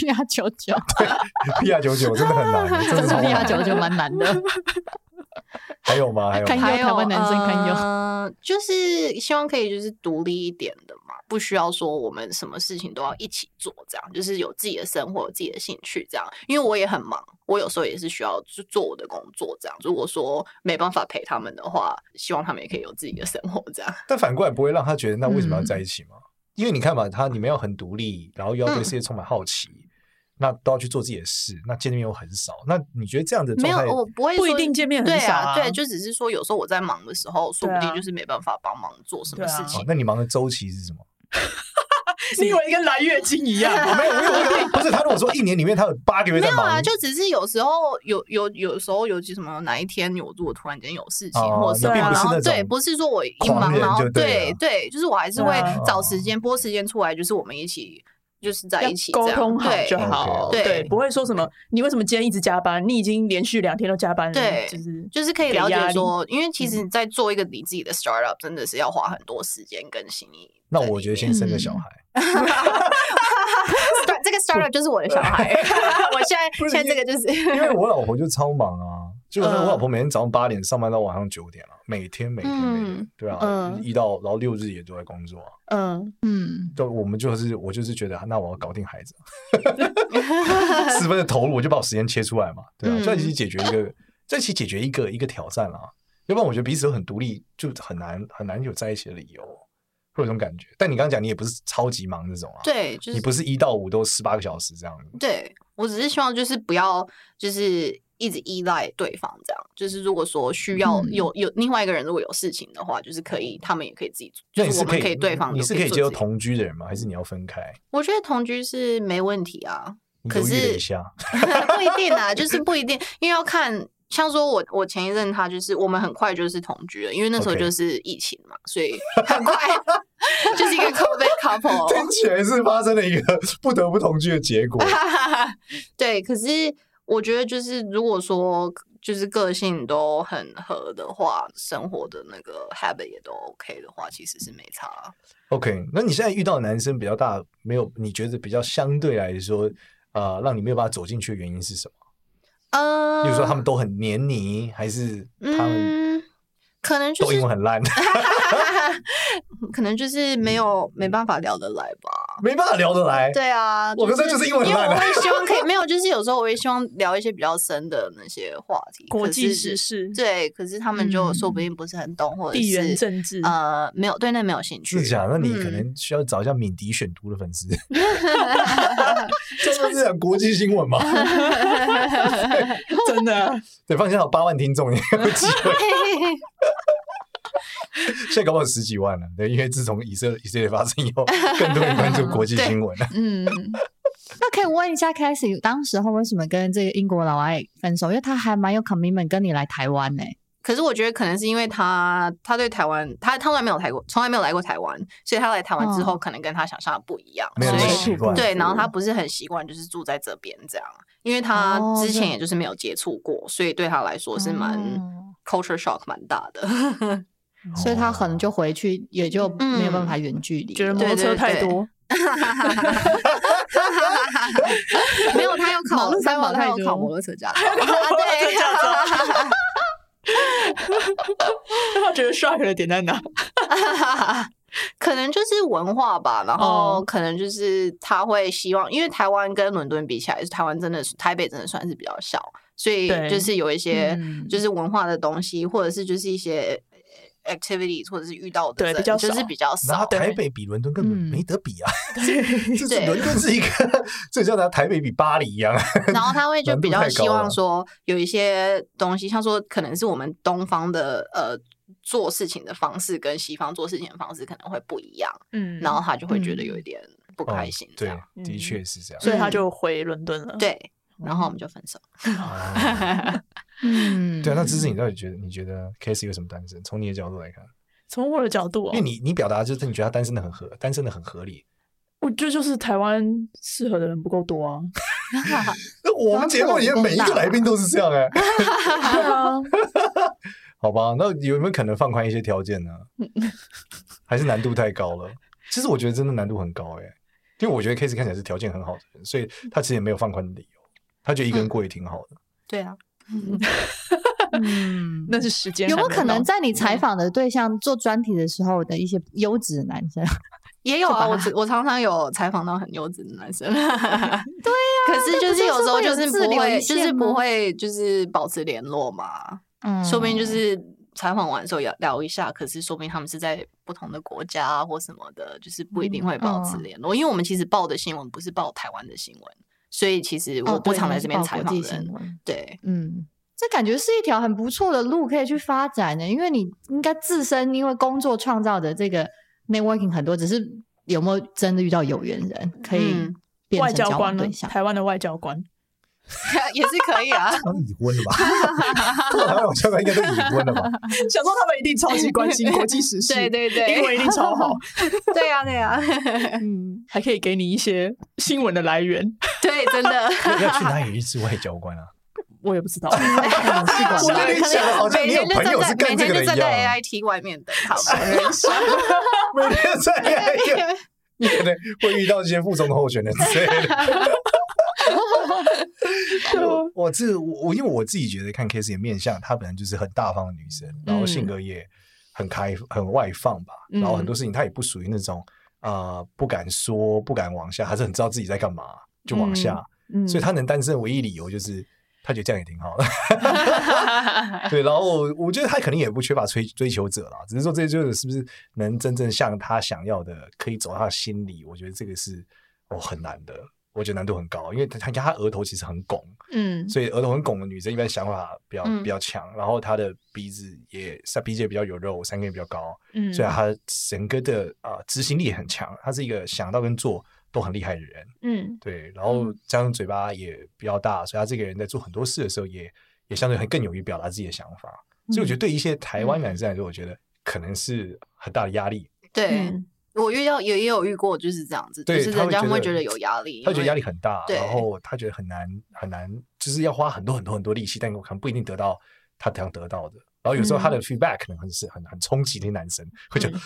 Speaker 3: P R 九 九
Speaker 4: P R 九九，
Speaker 3: ，P R 九九真的 很难，真
Speaker 4: 真
Speaker 3: 的
Speaker 4: 是
Speaker 3: 超
Speaker 4: P R
Speaker 3: 难。
Speaker 4: 九九蛮难
Speaker 3: 嗯
Speaker 4: 的。
Speaker 3: 还有吗？还有
Speaker 4: 看
Speaker 3: 吗
Speaker 5: 呃
Speaker 4: 有台湾男生堪忧
Speaker 5: 嗯，就是希望可以就是独立一点的嘛，不需要说我们什么事情都要一起做，这样就是有自己的生活、有自己的兴趣这样。因为我也很忙，我有时候也是需要去做我的工作这样。如果说没办法陪他们的话，希望他们也可以有自己的生活这样。
Speaker 3: 但反过来不会让他觉得那为什么要
Speaker 5: 嗯
Speaker 3: 在一起吗？因为你看嘛，他你们要很独立，然后又
Speaker 5: 嗯
Speaker 3: 要对世界充满好奇，那都要去做自己的事，那见面又很少，那你觉得这样的
Speaker 5: 没
Speaker 3: 状态，
Speaker 5: 有我不 会
Speaker 1: 不一
Speaker 5: 说
Speaker 1: 定见面很
Speaker 5: 对
Speaker 1: 少啊
Speaker 5: 对，就只是说有时候我在忙的时候，说不
Speaker 1: 对啊
Speaker 5: 定就是没办法帮忙做什么
Speaker 1: 对啊
Speaker 5: 事
Speaker 3: 哦
Speaker 5: 情。
Speaker 3: 那你忙的周期是 什么？
Speaker 1: 你以为跟来月经一样？
Speaker 3: 没有，没有，没有，不是他如果说一年里面他有八个月
Speaker 5: 没
Speaker 3: 在
Speaker 5: 有
Speaker 3: 忙，
Speaker 5: 啊，就只是有时候有有有时候，尤其什么哪一天我如果突然间有事情，
Speaker 3: 哦
Speaker 5: 或者什么，
Speaker 1: 你并不
Speaker 5: 然
Speaker 1: 是
Speaker 5: 后
Speaker 3: 那种
Speaker 5: 对，不是说我一
Speaker 3: 狂
Speaker 5: 忙
Speaker 3: 人
Speaker 5: 然后
Speaker 3: 就对了
Speaker 5: 对，就是我还是
Speaker 1: 对
Speaker 5: 会
Speaker 1: 啊
Speaker 5: 找时间拨时间出来，就是我们一起就是在
Speaker 1: 要
Speaker 5: 一起
Speaker 1: 沟
Speaker 5: 这样
Speaker 1: 通好
Speaker 5: 对
Speaker 1: 就
Speaker 3: 对
Speaker 1: 好，
Speaker 5: 对
Speaker 1: 对，不会说什么你为什么今天一直加班？你已经连续两天都加班了，
Speaker 5: 对
Speaker 1: 就是
Speaker 5: 就是可以
Speaker 1: 给
Speaker 5: 了
Speaker 1: 压
Speaker 5: 解
Speaker 1: 力
Speaker 5: 说，因为其
Speaker 3: 嗯
Speaker 5: 实你在做一个你自己的 startup，真的是要花很多时间跟心力在
Speaker 3: 那
Speaker 5: 里面。
Speaker 3: 我觉得先
Speaker 5: 嗯
Speaker 3: 生个小孩，
Speaker 5: Start- 这个 startup 就是我的
Speaker 3: 啊
Speaker 5: 小孩， 我现在
Speaker 3: 不是
Speaker 5: 现在这个就是
Speaker 3: 因为我老婆就超忙啊，就是
Speaker 1: 嗯
Speaker 3: 我老婆每天早上八点上班到晚上九点了、每天每天每天，
Speaker 5: 嗯
Speaker 3: 对啊，
Speaker 1: 嗯
Speaker 3: 一到然后六日也都在工作、啊，
Speaker 1: 嗯，
Speaker 4: 嗯，
Speaker 3: 就我们就是我就是觉得啊那我要搞定孩 子，十分的投入，我就把我时间切出来嘛，对啊，
Speaker 5: 嗯
Speaker 3: 在一起解决一个，在一起解决一个一个挑战啦、要不然我觉得彼此都很独立，就很难很难有在一起的理由，会有这种感觉。但你刚刚讲你也不是超级忙那种啊，
Speaker 5: 对，就是
Speaker 3: 你不是一到五都十八个小时这样子，
Speaker 5: 对我只是希望就是不要就是一直依赖对方这样，就是如果说需要
Speaker 4: 嗯
Speaker 5: 有有另外一个人如果有事情的话，就是可以他们也可以自己做，
Speaker 3: 那
Speaker 5: 就
Speaker 3: 你
Speaker 5: 是
Speaker 3: 是
Speaker 5: 我们
Speaker 3: 以
Speaker 5: 以对方
Speaker 3: 你
Speaker 5: 就是
Speaker 3: 可以
Speaker 5: 做
Speaker 3: 接受
Speaker 5: 自己，
Speaker 3: 同居的人吗？还是你要分开？
Speaker 5: 我觉得同居是没问题啊，
Speaker 3: 你
Speaker 5: 可
Speaker 3: 犹豫了
Speaker 5: 是哦
Speaker 3: 一下，
Speaker 5: 不一定啊，就是不一定，因为要看。像说我，我前一任他就是我们很快就是同居了，因为那时候
Speaker 3: OK
Speaker 5: 就是疫情嘛所以很快 就是一个 COVID couple。
Speaker 3: 听起来是发生了一个 不得不同居的结果。
Speaker 5: 对，可是我觉得就是如果说就是个性都很合的话，生活的那个 habit 也都 OK 的话，其实是没差啊。
Speaker 3: OK，那你现在遇到的男生比较大，没有你觉得比较相对来说，呃，让你没有办法走进去的原因是什么？
Speaker 5: 嗯，
Speaker 3: 比如说他们都很黏你，还是他们
Speaker 5: 嗯，可能就
Speaker 3: 都英
Speaker 5: 是
Speaker 3: 文很 烂，
Speaker 5: 可能就是
Speaker 3: 嗯
Speaker 5: 没有没办法聊得来吧。
Speaker 3: 没办法聊得来？
Speaker 5: 对啊，
Speaker 3: 我
Speaker 5: 就
Speaker 3: 刚才就是英文
Speaker 5: 因为
Speaker 3: 烂
Speaker 5: 我
Speaker 3: 啊
Speaker 5: 会 希望可以没有，就是有时候我会希望聊一些比较深的那些话题，
Speaker 1: 国
Speaker 5: 可
Speaker 1: 际
Speaker 5: 是
Speaker 1: 时事、
Speaker 5: 对，可是他们就说
Speaker 4: 嗯
Speaker 5: 不定不是很懂，或者
Speaker 1: 地缘
Speaker 5: 是
Speaker 1: 政治，
Speaker 5: 呃，没有对那没有兴趣
Speaker 3: 是。假，那你可
Speaker 5: 嗯
Speaker 3: 能需要找一下敏迪选读的粉丝，这不是讲国际新 闻吗？
Speaker 1: 真的啊
Speaker 3: 对，放心，有八万听众，你有机会。现在搞不好十几万了，对，因为自从以色以色列发生以后，更多人关注国际新闻了。
Speaker 4: 嗯，那可以问一下 c a s i e 当时候为什么跟这个英国老外分手？因为他还蛮有 commitment 跟你来台湾呢、
Speaker 5: 可是我觉得可能是因为他他对台湾，他他从来没有来过，从来没有来过台湾，所以他来台湾之后，可能跟他想象的不一样，
Speaker 3: 没有那么
Speaker 5: 所以
Speaker 3: 习惯
Speaker 5: 对，然后他不是很习惯，就是住在这边这样，因为他
Speaker 4: 哦
Speaker 5: 之前
Speaker 4: 对
Speaker 5: 也就是没有接触过，所以对他来说是蛮
Speaker 4: 哦
Speaker 5: culture shock 蛮大的。
Speaker 3: 哦
Speaker 4: 所以他可能就回去也就没有办法远距离了，
Speaker 1: 觉
Speaker 5: 嗯
Speaker 1: 得摩托车太多，
Speaker 5: 没有，他有 考
Speaker 4: 马路，
Speaker 5: 他
Speaker 4: 三
Speaker 5: 有
Speaker 4: 宝
Speaker 5: 他
Speaker 4: 太
Speaker 5: 有
Speaker 4: 多
Speaker 5: 考摩托车驾 照，对，
Speaker 1: 哦 他觉得 shock 的点在哪？
Speaker 5: 可能就是文化吧，然后
Speaker 1: 哦
Speaker 5: 可能就是他会希望，因为台湾跟伦敦比起来，台湾真的是台北真的算是比较小，所以
Speaker 1: 对
Speaker 5: 就是有一些
Speaker 4: 嗯
Speaker 5: 就是文化的东西，或者是就是一些呃 activities，或者是遇到的
Speaker 1: 对
Speaker 5: 人
Speaker 1: 比较
Speaker 5: 就是
Speaker 1: 少
Speaker 5: 比较
Speaker 3: 然后
Speaker 5: 少。
Speaker 3: 台北比伦敦根本
Speaker 4: 嗯
Speaker 3: 没得比啊！
Speaker 1: 对
Speaker 3: 就是
Speaker 5: 对
Speaker 3: 伦敦是一个，这就像拿台北比巴黎一样。
Speaker 5: 然 后他会就
Speaker 3: 难
Speaker 5: 比
Speaker 3: 度太
Speaker 5: 较
Speaker 3: 高
Speaker 5: 希望
Speaker 3: 了
Speaker 5: 说有一些东西，像说可能是我们东方的呃做事情的方式跟西方做事情的方式可能会不一样，
Speaker 1: 嗯
Speaker 5: 然后他就会觉得
Speaker 4: 嗯
Speaker 5: 有一点不
Speaker 3: 哦
Speaker 5: 开心这
Speaker 3: 对
Speaker 5: 样。，
Speaker 3: 的
Speaker 1: 嗯
Speaker 3: 确是这样。
Speaker 1: 所以他就回伦敦了。，嗯
Speaker 5: 对，然后我们就分手。
Speaker 3: 哦
Speaker 4: 嗯，
Speaker 3: 对啊，那芝芝，你到底觉得你觉得 c a s e y 为什么单身？从你的角度来看，
Speaker 1: 从我的角度、哦，
Speaker 3: 因为你你表达就是你觉得他单身的很合，单身的很合理。
Speaker 1: 我觉得就是台湾适合的人不够多 啊。
Speaker 3: 那我们节目里面每一个来宾都是这样哎，
Speaker 1: 对啊，
Speaker 3: 好吧？那有没有可能放宽一些条件呢？还是难度太高了？其实我觉得真的难度很高哎、因为我觉得 Case 看起来是条件很好的人，所以他其实也没有放宽的理由，他觉得一个人过也挺好的。
Speaker 5: 对啊，
Speaker 4: 嗯
Speaker 1: 那是时间
Speaker 4: 有没有
Speaker 1: 还
Speaker 4: 可
Speaker 1: 到
Speaker 4: 能在你采访的对象做专题的时候的一些优质的男生，
Speaker 5: 也有
Speaker 4: 就把
Speaker 5: 啊，
Speaker 4: 他
Speaker 5: 我只我常常有采访到很幼稚的男 生，对啊呀、可是就是有时候就是
Speaker 4: 这
Speaker 5: 不
Speaker 4: 不就是会有自留一
Speaker 5: 会，就
Speaker 4: 线吗
Speaker 5: 是不会，就是保持联络嘛。
Speaker 4: 嗯
Speaker 5: 说不定就是采访完的时候也聊一下，可是说不定他们是在不同的国家啊或什么的，就是不一定会保持
Speaker 4: 嗯
Speaker 5: 联络。因为我们其实报的新闻不是报台湾的新闻，所以其实我
Speaker 4: 哦
Speaker 5: 不
Speaker 4: 对
Speaker 5: 常
Speaker 4: 你
Speaker 5: 来
Speaker 4: 是
Speaker 5: 这边
Speaker 4: 报
Speaker 5: 采
Speaker 4: 国
Speaker 5: 访
Speaker 4: 际
Speaker 5: 人
Speaker 4: 新。闻
Speaker 5: 对，
Speaker 4: 嗯，这感觉是一条很不错的路可以去发展的，因为你应该自身因为工作创造的这个 networking 很多，只是有没有真的遇到有缘人可以
Speaker 5: 嗯
Speaker 4: 变
Speaker 1: 外
Speaker 4: 成
Speaker 1: 交
Speaker 4: 交
Speaker 1: 官
Speaker 4: 往
Speaker 1: 呢
Speaker 4: 对？象？
Speaker 1: 台湾的外交官，
Speaker 5: 也是可以 啊。
Speaker 3: 他们已婚了 吧？台湾我相信应该都已婚了吧？
Speaker 1: 想说他们一定超级关心国际时 事，
Speaker 5: 对对对
Speaker 1: 英文一定超 好，
Speaker 5: 对呀、对呀、啊
Speaker 4: 嗯，
Speaker 1: 还可以给你一些新闻的来源。
Speaker 5: 对，真的。
Speaker 3: 要要去哪里认识外交 官啊？
Speaker 1: 我也不知 道，
Speaker 4: 是 管
Speaker 3: 我
Speaker 4: 道
Speaker 3: 有点想好像你有朋友是干这个的
Speaker 5: 每天就
Speaker 3: 一
Speaker 5: 站在
Speaker 3: 样，
Speaker 5: AIT 外面等他们。
Speaker 3: 啊每天在 AI，你可能会遇到一些副总统候选人之类的。我我这我我因为我自己觉得看 Casey 的面相，她本来就是很大方的女生，然后性格也很开很外放吧，
Speaker 1: 嗯
Speaker 3: 然后很多事情她也不属于那种呃不敢说不敢往下，还是很知道自己在干嘛就往下，
Speaker 1: 嗯
Speaker 3: 所以她能单身的唯一理由就是她觉得这样也挺好的。 对，然后我觉得他肯定也不缺乏追追求者啦，只是说这些追求者是不是能真正像他想要的，可以走到他心里，我觉得这个是哦很难的，我觉得难度很高，因为他他他额头其实很拱，
Speaker 1: 嗯
Speaker 3: 所以额头很拱的女生一般想法比较比较强，然后她的鼻子也她鼻子也比较有肉，三根也比较高，
Speaker 1: 嗯
Speaker 3: 所以她整个的啊、呃执行力也很强，她是一个想到跟做都很厉害的人。
Speaker 1: 嗯
Speaker 3: 对，然后加上嘴巴也比较大，所以他这个人在做很多事的时候也，也相对很更勇于表达自己的想法。所以
Speaker 1: 嗯
Speaker 3: 我觉得对一些台湾男生来说，我觉得可能是很大的压力，
Speaker 5: 对，
Speaker 1: 嗯
Speaker 5: 我遇到也也有遇过，就是这样子，就
Speaker 3: 对
Speaker 5: 是
Speaker 3: 他
Speaker 5: 人
Speaker 3: 会
Speaker 5: 家
Speaker 3: 觉
Speaker 5: 会
Speaker 3: 得
Speaker 5: 觉得有压力，
Speaker 3: 他觉得
Speaker 5: 因为
Speaker 3: 压力很大，
Speaker 5: 对，
Speaker 3: 然后他觉得很难很难，就是要花很多很多很多力气，但可能不一定得到他想得到的。然后有时候他
Speaker 1: 嗯
Speaker 3: 的 feedback 可能很是很很冲击那些男生，会觉得、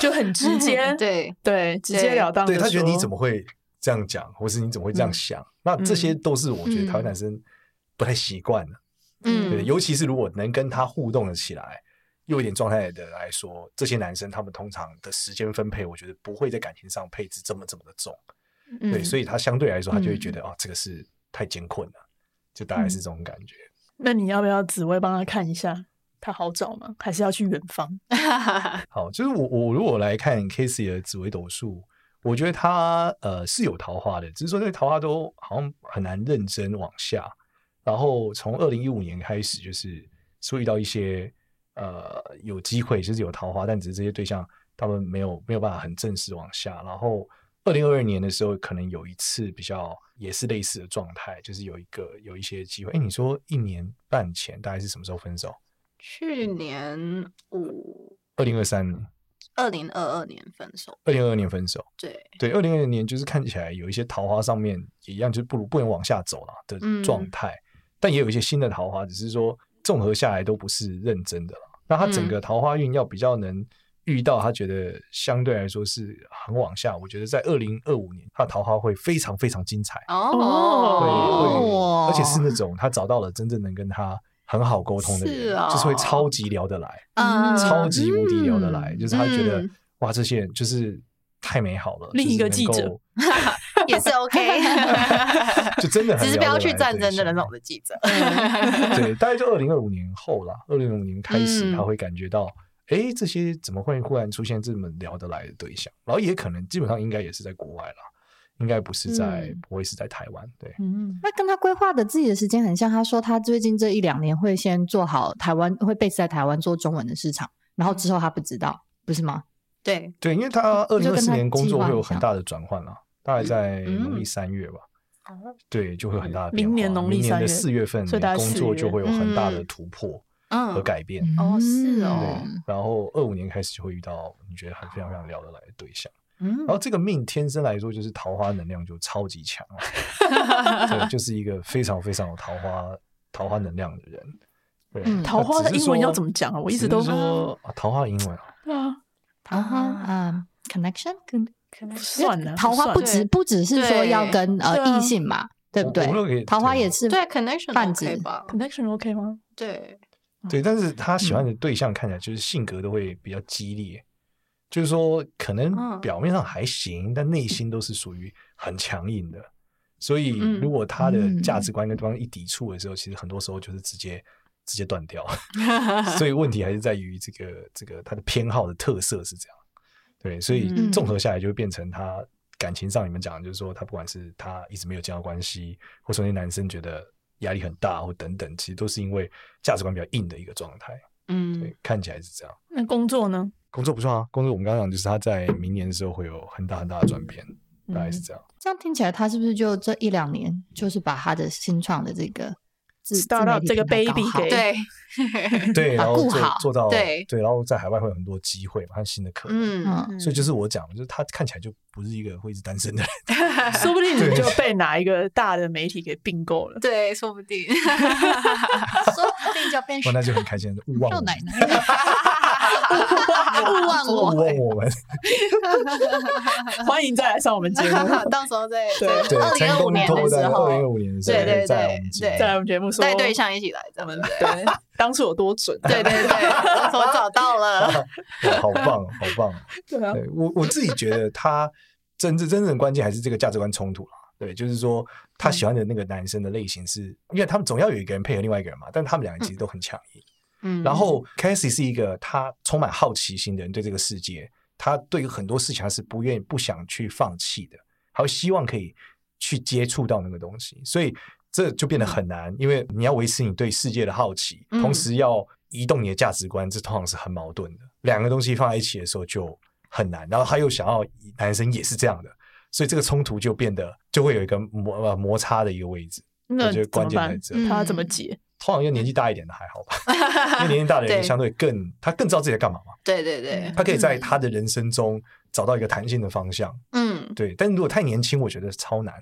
Speaker 1: 就很直接
Speaker 5: 对
Speaker 1: 对，直截了当地嗯
Speaker 3: 对
Speaker 1: 说。嗯
Speaker 3: 他觉得你怎么会这样讲，或是你怎么会这样想？那这些都是我觉得台湾男生不太习惯的。对，
Speaker 5: 嗯，
Speaker 3: 尤其是如果能跟他互动的起来，又有点状态的来说，这些男生他们通常的时间分配，我觉得不会在感情上配置这么这么的重。
Speaker 4: 嗯
Speaker 3: 对，所
Speaker 5: 以
Speaker 3: 以他相对来说，他就会觉得、哦，这个是太艰困了，就大概是这种感觉。
Speaker 1: 那你要不要紫薇帮他看一下？他好找吗？还是要去远方？
Speaker 3: 好，就是我我如果来看 Casey 的紫微斗数，我觉得他呃是有桃花的，只是说这个桃花都好像很难认真往下。然后从二零一五年开始，就是注意到一些呃有机会，就是有桃花，但只是这些对象他们没有没有办法很正式往下。然后二零二二年的时候，可能有一次比较也是类似的状态，就是有一个有一些机会。哎，你说一年半前大概是什么时候分手？
Speaker 5: 去年五
Speaker 3: 二零二三年，
Speaker 5: 二零二二年分手，
Speaker 3: 二零二二年分手。
Speaker 5: 对，
Speaker 3: 对，二零二零年就是看起来有一些桃花上面也一样，就是不如不能往下走了的状
Speaker 5: 嗯
Speaker 3: 态，但也有一些新的桃花，只是说综合下来都不是认真的了。那他整
Speaker 5: 嗯
Speaker 3: 个桃花运要比较能遇到，他觉得相对来说是很往下。我觉得在二零二五年，他的桃花会非常非常精彩，会
Speaker 5: 哦，
Speaker 3: 会，而且是那种他找到了真正能跟他很好沟通的人，
Speaker 5: 是
Speaker 3: 就是会
Speaker 5: 哦
Speaker 3: 超级聊得来。
Speaker 5: 嗯
Speaker 3: 超级无敌聊得来，
Speaker 4: 嗯
Speaker 3: 就是他觉得、
Speaker 5: 嗯
Speaker 3: 哇，这些人就是太美好了。
Speaker 1: 另一个记者
Speaker 3: 就是能够，
Speaker 5: 也 是 OK，
Speaker 3: 就真的很
Speaker 5: 只
Speaker 3: 聊
Speaker 5: 是不
Speaker 3: 得
Speaker 5: 要
Speaker 3: 来
Speaker 5: 去
Speaker 3: 啊的
Speaker 5: 战
Speaker 3: 对
Speaker 5: 争的那
Speaker 3: 象
Speaker 5: 种的记者，
Speaker 3: 对，大概就二零二五年后啦，二零二五年开始，
Speaker 5: 嗯
Speaker 3: 他会感觉到，哎、这些怎么会忽然出现这么聊得来的对象？然后也可能基本上应该也是在国外啦，应该不是在、
Speaker 4: 嗯
Speaker 3: 不会是在台湾，对。
Speaker 1: 嗯，
Speaker 4: 那跟他规划的自己的时间很像。他说他最近这一两年会先做好台湾，会 base 在台湾做中文的市场，然后之后他不知道，不是吗？
Speaker 5: 对，
Speaker 3: 对，因为他二零
Speaker 4: 就
Speaker 3: 二
Speaker 4: 跟
Speaker 3: 四
Speaker 4: 他
Speaker 3: 年工
Speaker 4: 计
Speaker 3: 作
Speaker 4: 划
Speaker 3: 会有
Speaker 4: 很
Speaker 3: 很
Speaker 4: 像
Speaker 3: 大的转换啦，大概在农历
Speaker 5: 嗯
Speaker 3: 三月吧。对，就会有很大的变
Speaker 1: 明
Speaker 3: 化。
Speaker 1: 年农历
Speaker 3: 明年
Speaker 1: 三
Speaker 3: 的
Speaker 1: 月
Speaker 3: 四月份，
Speaker 1: 所以大概
Speaker 3: 工
Speaker 1: 四
Speaker 3: 作就
Speaker 1: 月
Speaker 3: 会有很大的
Speaker 5: 嗯
Speaker 3: 突破
Speaker 5: 嗯
Speaker 3: 和，改变。
Speaker 5: 哦是
Speaker 4: 嗯
Speaker 5: 哦
Speaker 3: 对，然后二五年开始就会遇到你觉得很非常非常聊得来的对象。
Speaker 5: 嗯
Speaker 3: 然后这个命天生来说就是桃花能量就超级强啊 对，就是一个非常非常有桃花桃花能量的人。对，
Speaker 4: 嗯
Speaker 1: 桃花的英文要怎
Speaker 3: 么？
Speaker 1: 么讲啊？我一
Speaker 3: 只
Speaker 1: 直都
Speaker 3: 是说、啊、桃花的英文啊，
Speaker 1: 对啊，
Speaker 4: 桃花
Speaker 5: 啊
Speaker 4: 啊，connection 跟
Speaker 1: 不算了，
Speaker 4: 桃花不
Speaker 1: 算
Speaker 4: 只
Speaker 5: 对
Speaker 4: 不只是说
Speaker 5: 对
Speaker 4: 要跟
Speaker 1: 对
Speaker 4: 呃
Speaker 1: 啊
Speaker 4: 异性嘛，对不
Speaker 3: 我
Speaker 4: 对
Speaker 3: 我们可以？
Speaker 4: 桃花
Speaker 3: 对啊
Speaker 4: 也是
Speaker 5: 对 connection
Speaker 4: 泛
Speaker 5: OK
Speaker 4: 指
Speaker 5: 吧，
Speaker 1: 啊 connection OK 吗？
Speaker 5: 对，
Speaker 1: 嗯
Speaker 3: 对，但是他喜欢的对象看起来就是性格都会比较激烈，就是说可能
Speaker 5: 嗯
Speaker 3: 表面上还行，但内心都是属于很强硬的。所以
Speaker 5: 嗯
Speaker 3: 如果他的
Speaker 4: 嗯
Speaker 3: 价值观跟对方一抵触的时候，其实很多时候就是直接直接断掉。 所以问题还是在于这个这个他的偏好的特色是这样。对，所以
Speaker 5: 嗯
Speaker 3: 综合下来就会变成他感情上你们讲，的就是说他不管是他一直没有建到关系，或者说那男生觉得压力很大，或等等，其实都是因为价值观比较硬的一个状态。对，
Speaker 5: 嗯，
Speaker 3: 看起来是这样。
Speaker 1: 那工作呢？
Speaker 3: 工作不算啊，工作我们刚刚讲就是他在明年的时候会有很大很大的转变，
Speaker 5: 嗯
Speaker 3: 大概是这样。
Speaker 4: 这样听起来，他是不是就这一两年，就是把他的新创的这个自
Speaker 1: Startup
Speaker 4: 自媒
Speaker 1: 这
Speaker 4: 体
Speaker 1: 个
Speaker 4: 平台搞
Speaker 1: baby
Speaker 4: 好
Speaker 1: 给
Speaker 5: 对，
Speaker 3: 对，然
Speaker 4: 把
Speaker 3: 后
Speaker 4: 顾
Speaker 3: 做
Speaker 4: 好
Speaker 3: 做到
Speaker 5: 对
Speaker 3: 然后在海外会有很多机会嘛，和新的可能。
Speaker 5: 嗯，
Speaker 4: 嗯，
Speaker 3: 所以就是我讲，就是他看起来就不是一个会一直单身的人。
Speaker 1: 说不定你
Speaker 3: 对
Speaker 1: 就被哪一个大的媒体给并购 了。
Speaker 5: 对，说不定。
Speaker 4: 说不定就变
Speaker 3: 哇，那就很开心，勿忘
Speaker 4: 少
Speaker 3: 我 们
Speaker 4: 奶，奶，勿忘
Speaker 3: 勿
Speaker 4: 我。
Speaker 3: 忘我们，
Speaker 1: 欢迎再来上我们节目，
Speaker 5: 到时候再
Speaker 1: 对
Speaker 5: 在二
Speaker 3: 对，
Speaker 5: 零
Speaker 3: 成
Speaker 5: 二五
Speaker 3: 功
Speaker 5: 年
Speaker 3: 透过
Speaker 5: 的
Speaker 3: 在
Speaker 5: 时
Speaker 3: 二零二
Speaker 5: 候，
Speaker 3: 五年的时候
Speaker 5: 对对
Speaker 3: 在
Speaker 5: 对
Speaker 1: 再来
Speaker 3: 我们节目
Speaker 5: 对
Speaker 1: 我们节目说
Speaker 5: 哎带对象一起来，咱们
Speaker 1: 对当初有多准？啊
Speaker 5: 对对对，到时候找到 了，
Speaker 3: 哇好棒，好 棒。
Speaker 1: 对啊，
Speaker 3: 对我我自己觉得他真正真正的关键还是这个价值观冲突啦。对，就是说他
Speaker 5: 嗯
Speaker 3: 喜欢的那个男生的类型是，因为他们总要有一个人配合另外一个人嘛，但他们两个其实都很强硬。
Speaker 5: 嗯
Speaker 3: 然后 Cassie 是一个他充满好奇心的人，对这个世界，他对于很多事情他是不愿意、不想去放弃的，还有希望可以去接触到那个东西，所以这就变得很难，因为你要维持你对世界的好奇，
Speaker 5: 嗯
Speaker 3: 同时要移动你的价值观，这通常是很矛盾的。两个东西放在一起的时候就很难，然后他又想要男生也是这样的，所以这个冲突就变得就会有一个摩呃摩擦的一个位置。
Speaker 1: 那
Speaker 3: 我觉得
Speaker 1: 怎
Speaker 3: 关
Speaker 1: 么
Speaker 3: 键在
Speaker 1: 办？
Speaker 3: 这。
Speaker 5: 嗯
Speaker 1: 他怎么解？
Speaker 3: 通常因为年纪大一点的还好吧，因为年纪大的人
Speaker 5: 对嗯
Speaker 3: 相对更他更知道自己在干嘛嘛，
Speaker 5: 对对对，
Speaker 3: 他可以在他的人生中找到一个弹性的方向。
Speaker 5: 嗯，
Speaker 3: 对，但如果太年轻，我觉得超难，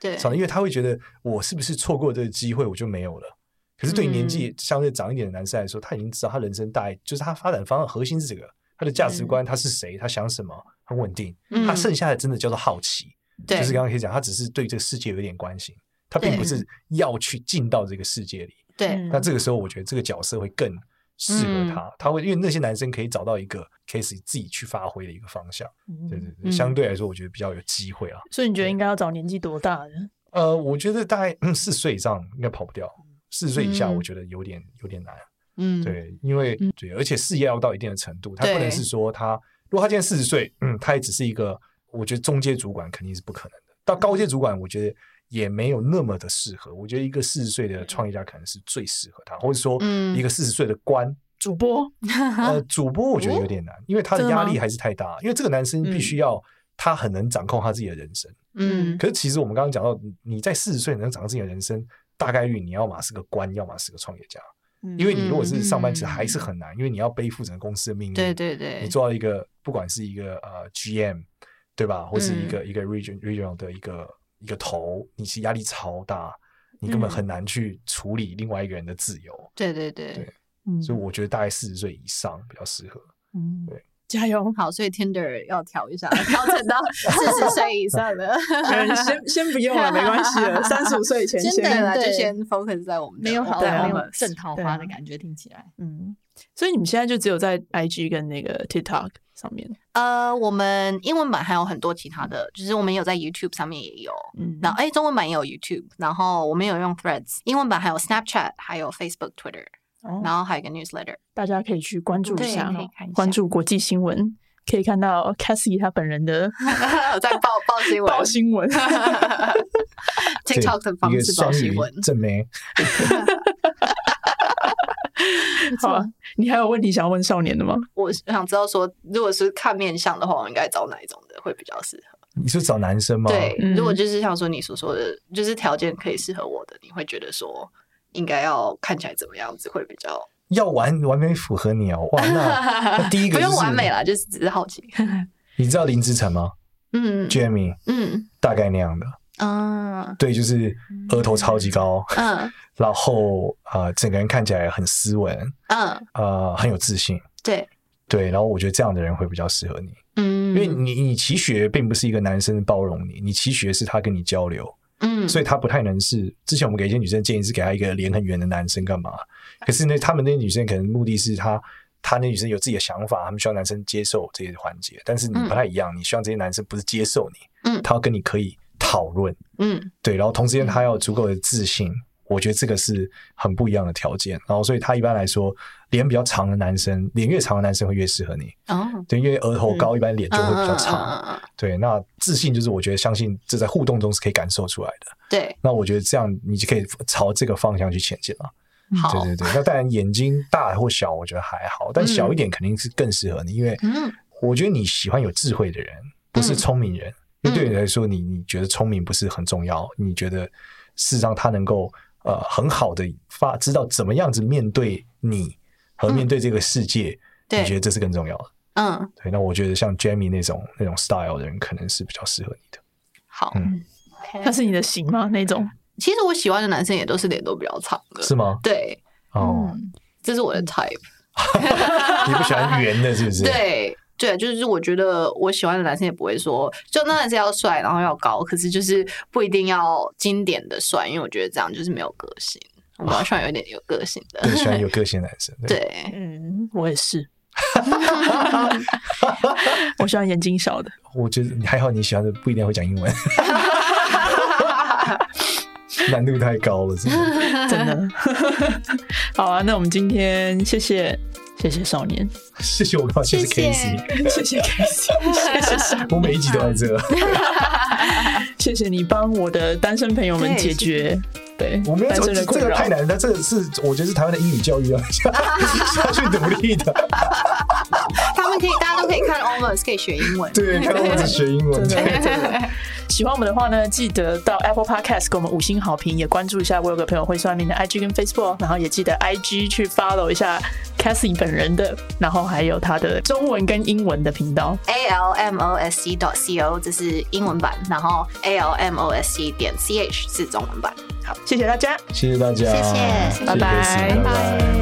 Speaker 5: 对，
Speaker 3: 超难，因为他会觉得我是不是错过这个机会，我就没有了。可是对年纪
Speaker 5: 嗯
Speaker 3: 相对长一点的男生来说，他已经知道他人生大，就是他发展方向核心是这个，他的价值观，他是谁，他想什么，很稳定。
Speaker 5: 嗯
Speaker 3: 他剩下的真的叫做好奇，
Speaker 5: 对
Speaker 3: 就是刚刚可以讲，他只是对这个世界有点关心，他并不
Speaker 5: 对
Speaker 3: 是要去进到这个世界里。
Speaker 5: 对
Speaker 1: 嗯
Speaker 3: 那这个时候，我觉得这个角色会更适
Speaker 5: 嗯
Speaker 3: 合他，他会因为那些男生可以找到一个 Casey 自己去发挥的一个方向，对对对，
Speaker 5: 嗯
Speaker 3: 相对来说，我觉得比较有机会啊。
Speaker 1: 所以你觉得应该要找年纪多大的？
Speaker 3: 呃，我觉得大概嗯四十岁以上应该跑不掉，四十岁以下
Speaker 1: 嗯
Speaker 3: 我觉得有点有点难，
Speaker 5: 嗯，
Speaker 3: 对，因为对，而且事业要到一定的程度，他不能
Speaker 5: 对
Speaker 3: 是说他，如果他今年四十岁，嗯，他也只是一个，我觉得中阶主管肯定是不可能的，到高阶主管，我觉得。也没有那么的适合，我觉得一个四十岁的创业家可能是最适合他，或者说
Speaker 5: 嗯
Speaker 3: 一个四十岁的官，
Speaker 1: 主播
Speaker 3: 呃，主播我觉得有点难，因为他的
Speaker 1: 真的
Speaker 3: 压
Speaker 1: 吗
Speaker 3: 力还是太大。因为这个男生必须要他很能掌控他自己的人生。
Speaker 5: 嗯
Speaker 3: 可是其实我们刚刚讲到，你你在四十岁能掌控自己的人生，大概率你要嘛是个官，要么是个创业家。因为你如果是上班，其实还是很难，因为你要背负整个公司的命运。
Speaker 5: 对对对，
Speaker 3: 你做到一个不管是一个呃 GM 对吧，或是一个、一个 region regional 的一个一个头，你是压力超大，你根本
Speaker 1: 嗯
Speaker 3: 很难去处理另外一个人的自由。
Speaker 5: 对对对，
Speaker 1: 嗯
Speaker 3: 所以我觉得大概四十岁以上比较适合。
Speaker 1: 加
Speaker 5: ！
Speaker 1: 油
Speaker 5: 好，所以 Tinder 要调一下，调整到四十岁以 上的，
Speaker 1: 嗯先先不用 了，没关系了，三十五岁以前
Speaker 4: 真的
Speaker 1: 先。啊
Speaker 5: 对啦，就
Speaker 4: 对
Speaker 5: 先 focus 在我们的
Speaker 4: 没有好
Speaker 5: 对
Speaker 1: 对
Speaker 4: 没
Speaker 1: 啊
Speaker 5: 我
Speaker 4: 有
Speaker 5: 们
Speaker 4: 正桃
Speaker 1: 对
Speaker 4: 花
Speaker 1: 啊
Speaker 4: 的感觉，听起来。
Speaker 1: 嗯，所以你们现在就只有在 IG 跟那个 TikTok 上面。
Speaker 5: 呃，我们英文版还有很多其他的，就是我们有在 YouTube 上面也有，
Speaker 1: 嗯，
Speaker 5: 然后哎，中文版也有 YouTube，然后我们有用 Threads，英文版还有 Snapchat，还有 Facebook、Twitter，
Speaker 1: 哦
Speaker 5: 然后还有一个 newsletter。
Speaker 1: 大家可以去关注一
Speaker 5: 对
Speaker 1: 下
Speaker 5: 可以看一，下
Speaker 1: 关注国际新闻，可以看到 Cassie 她本人的
Speaker 5: 我在报报新闻
Speaker 1: 报新 闻。啊
Speaker 5: ，TikTok 的方
Speaker 3: 一个
Speaker 5: 式报
Speaker 3: 双
Speaker 5: 新
Speaker 3: 语
Speaker 5: 闻。
Speaker 3: 正妹，
Speaker 1: 好啊，你还有问题想要问少年的吗？
Speaker 5: 我想知道说，如果是看面相的话，我应该找哪一种的会比较适合？
Speaker 3: 你是找男生吗？
Speaker 5: 对，
Speaker 1: 嗯
Speaker 5: 如果就是像说你所说的，就是条件可以适合我的，你会觉得说应该要看起来怎么样子会比较？
Speaker 3: 要完完美符合你 哦。哇，那那第一个
Speaker 5: 不用
Speaker 3: 就是
Speaker 5: 完美啦，就是只是好奇。
Speaker 3: 你知道林志成吗
Speaker 5: 嗯
Speaker 3: ？Jamie
Speaker 5: 嗯
Speaker 3: 大概那样的，
Speaker 5: 嗯
Speaker 3: 对，就是额头超级高，
Speaker 5: 嗯
Speaker 3: 然后呃，整个人看起来很斯文，
Speaker 5: 嗯，
Speaker 3: 呃，很有自信。
Speaker 5: 对，
Speaker 3: 对，然后我觉得这样的人会比较适合你，
Speaker 5: 嗯，
Speaker 3: 因为你你期许并不是一个男生包容你，你期许是他跟你交流，
Speaker 5: 嗯，
Speaker 3: 所
Speaker 5: 以
Speaker 3: 以他不太能是之前我们
Speaker 5: 啊
Speaker 3: 给一些女生建议是给她一个脸很圆的男生干嘛？可是呢，他们那些女生可能目的是她他那女生有自己的想法，他们希望男生接受这些环节，但是你不太一样，你希望这些男生不是接受你，
Speaker 5: 嗯
Speaker 3: 他要跟你可以讨论，
Speaker 5: 嗯
Speaker 3: 对，然后同时间他要有足够的自信，我觉得这个是很不一样的条件。然后所以他一般来说，脸比较长的男生，脸越长的男生会越适合你，
Speaker 5: 哦，
Speaker 3: 对，因为额头
Speaker 1: 嗯
Speaker 3: 高，一般脸就会比较长。
Speaker 5: 嗯嗯嗯嗯嗯
Speaker 3: 对，那自信就是我觉得相信这在互动中是可以感受出来的。
Speaker 5: 对，
Speaker 3: 那我觉得这样你就可以朝这个方向去前进了。
Speaker 5: 嗯好，
Speaker 3: 对对对，那当然眼睛大或小，我觉得还好，但小一点肯定是更适合你，因为
Speaker 5: 嗯
Speaker 3: 我觉得你喜欢有智慧的人，不是聪明人。因为对
Speaker 5: 嗯
Speaker 3: 你来说，你你觉得聪明不是很重要，你觉得事实上他能够呃很好的发知道怎么样子面对你和面对这个世界，
Speaker 5: 嗯对
Speaker 3: 你觉得这是更重要的。
Speaker 5: 嗯，
Speaker 3: 对，那我觉得像 Jamie 那种那种 style 的人，可能是比较适合你的。
Speaker 5: 好。
Speaker 3: 嗯
Speaker 5: OK
Speaker 1: 那是你的型吗？那种
Speaker 5: 其实我喜欢的男生也都是脸都比较长的，
Speaker 3: 是吗？
Speaker 5: 对，
Speaker 3: 哦，
Speaker 5: 这是我的 type。
Speaker 3: 你不喜欢圆的，是不是？，
Speaker 5: 对对，就是我觉得我喜欢的男生也不会说，就当然是要帅，然后要高，可是就是不一定要经典的帅，因为我觉得这样就是没有个性。我比较喜欢有点有个性的，
Speaker 3: 对，喜欢有个性的男生。对，
Speaker 5: 对，
Speaker 1: 嗯，我也是。我喜欢眼睛小的，
Speaker 3: 我觉得你还好，你喜欢的不一定会讲英文，难度太高了，真的。
Speaker 1: 真的。 好啊，那我们今天谢谢谢谢少年，
Speaker 3: 谢谢我刚谢谢
Speaker 5: 谢谢
Speaker 3: Casey，
Speaker 1: 谢谢 k a s e 谢谢少
Speaker 3: 我每一集都在这，
Speaker 1: 谢谢你帮我的单身朋友们
Speaker 5: 对
Speaker 1: 解决对
Speaker 3: 我没有
Speaker 1: 单
Speaker 3: 这
Speaker 1: 身的
Speaker 3: 这
Speaker 1: 困
Speaker 3: 个
Speaker 1: 扰
Speaker 3: 太。难了，但这个是我觉得是台湾的英语教育要下 去努力的。
Speaker 5: 他们可以，大家都可以看 Almost 可以学英文。
Speaker 3: 对，看到我只学英文，
Speaker 1: 真
Speaker 3: 对
Speaker 1: 的真的 喜欢我们的话呢，记得到 Apple Podcast 给我们五星好评，也关注一下我有个朋友会算命的 IG 跟 Facebook，然后也记得 IG 去 follow 一下 Cassie 本人的，然后还有他的中文跟英文的频道。
Speaker 5: A L M O S C dot C O 这是英文版，然后 A L M O S C 点 C H 是中文版。
Speaker 1: 好，谢谢大家。
Speaker 3: 谢谢大家，
Speaker 5: 谢谢
Speaker 3: 谢
Speaker 5: 拜
Speaker 1: 拜
Speaker 3: Casey，拜拜。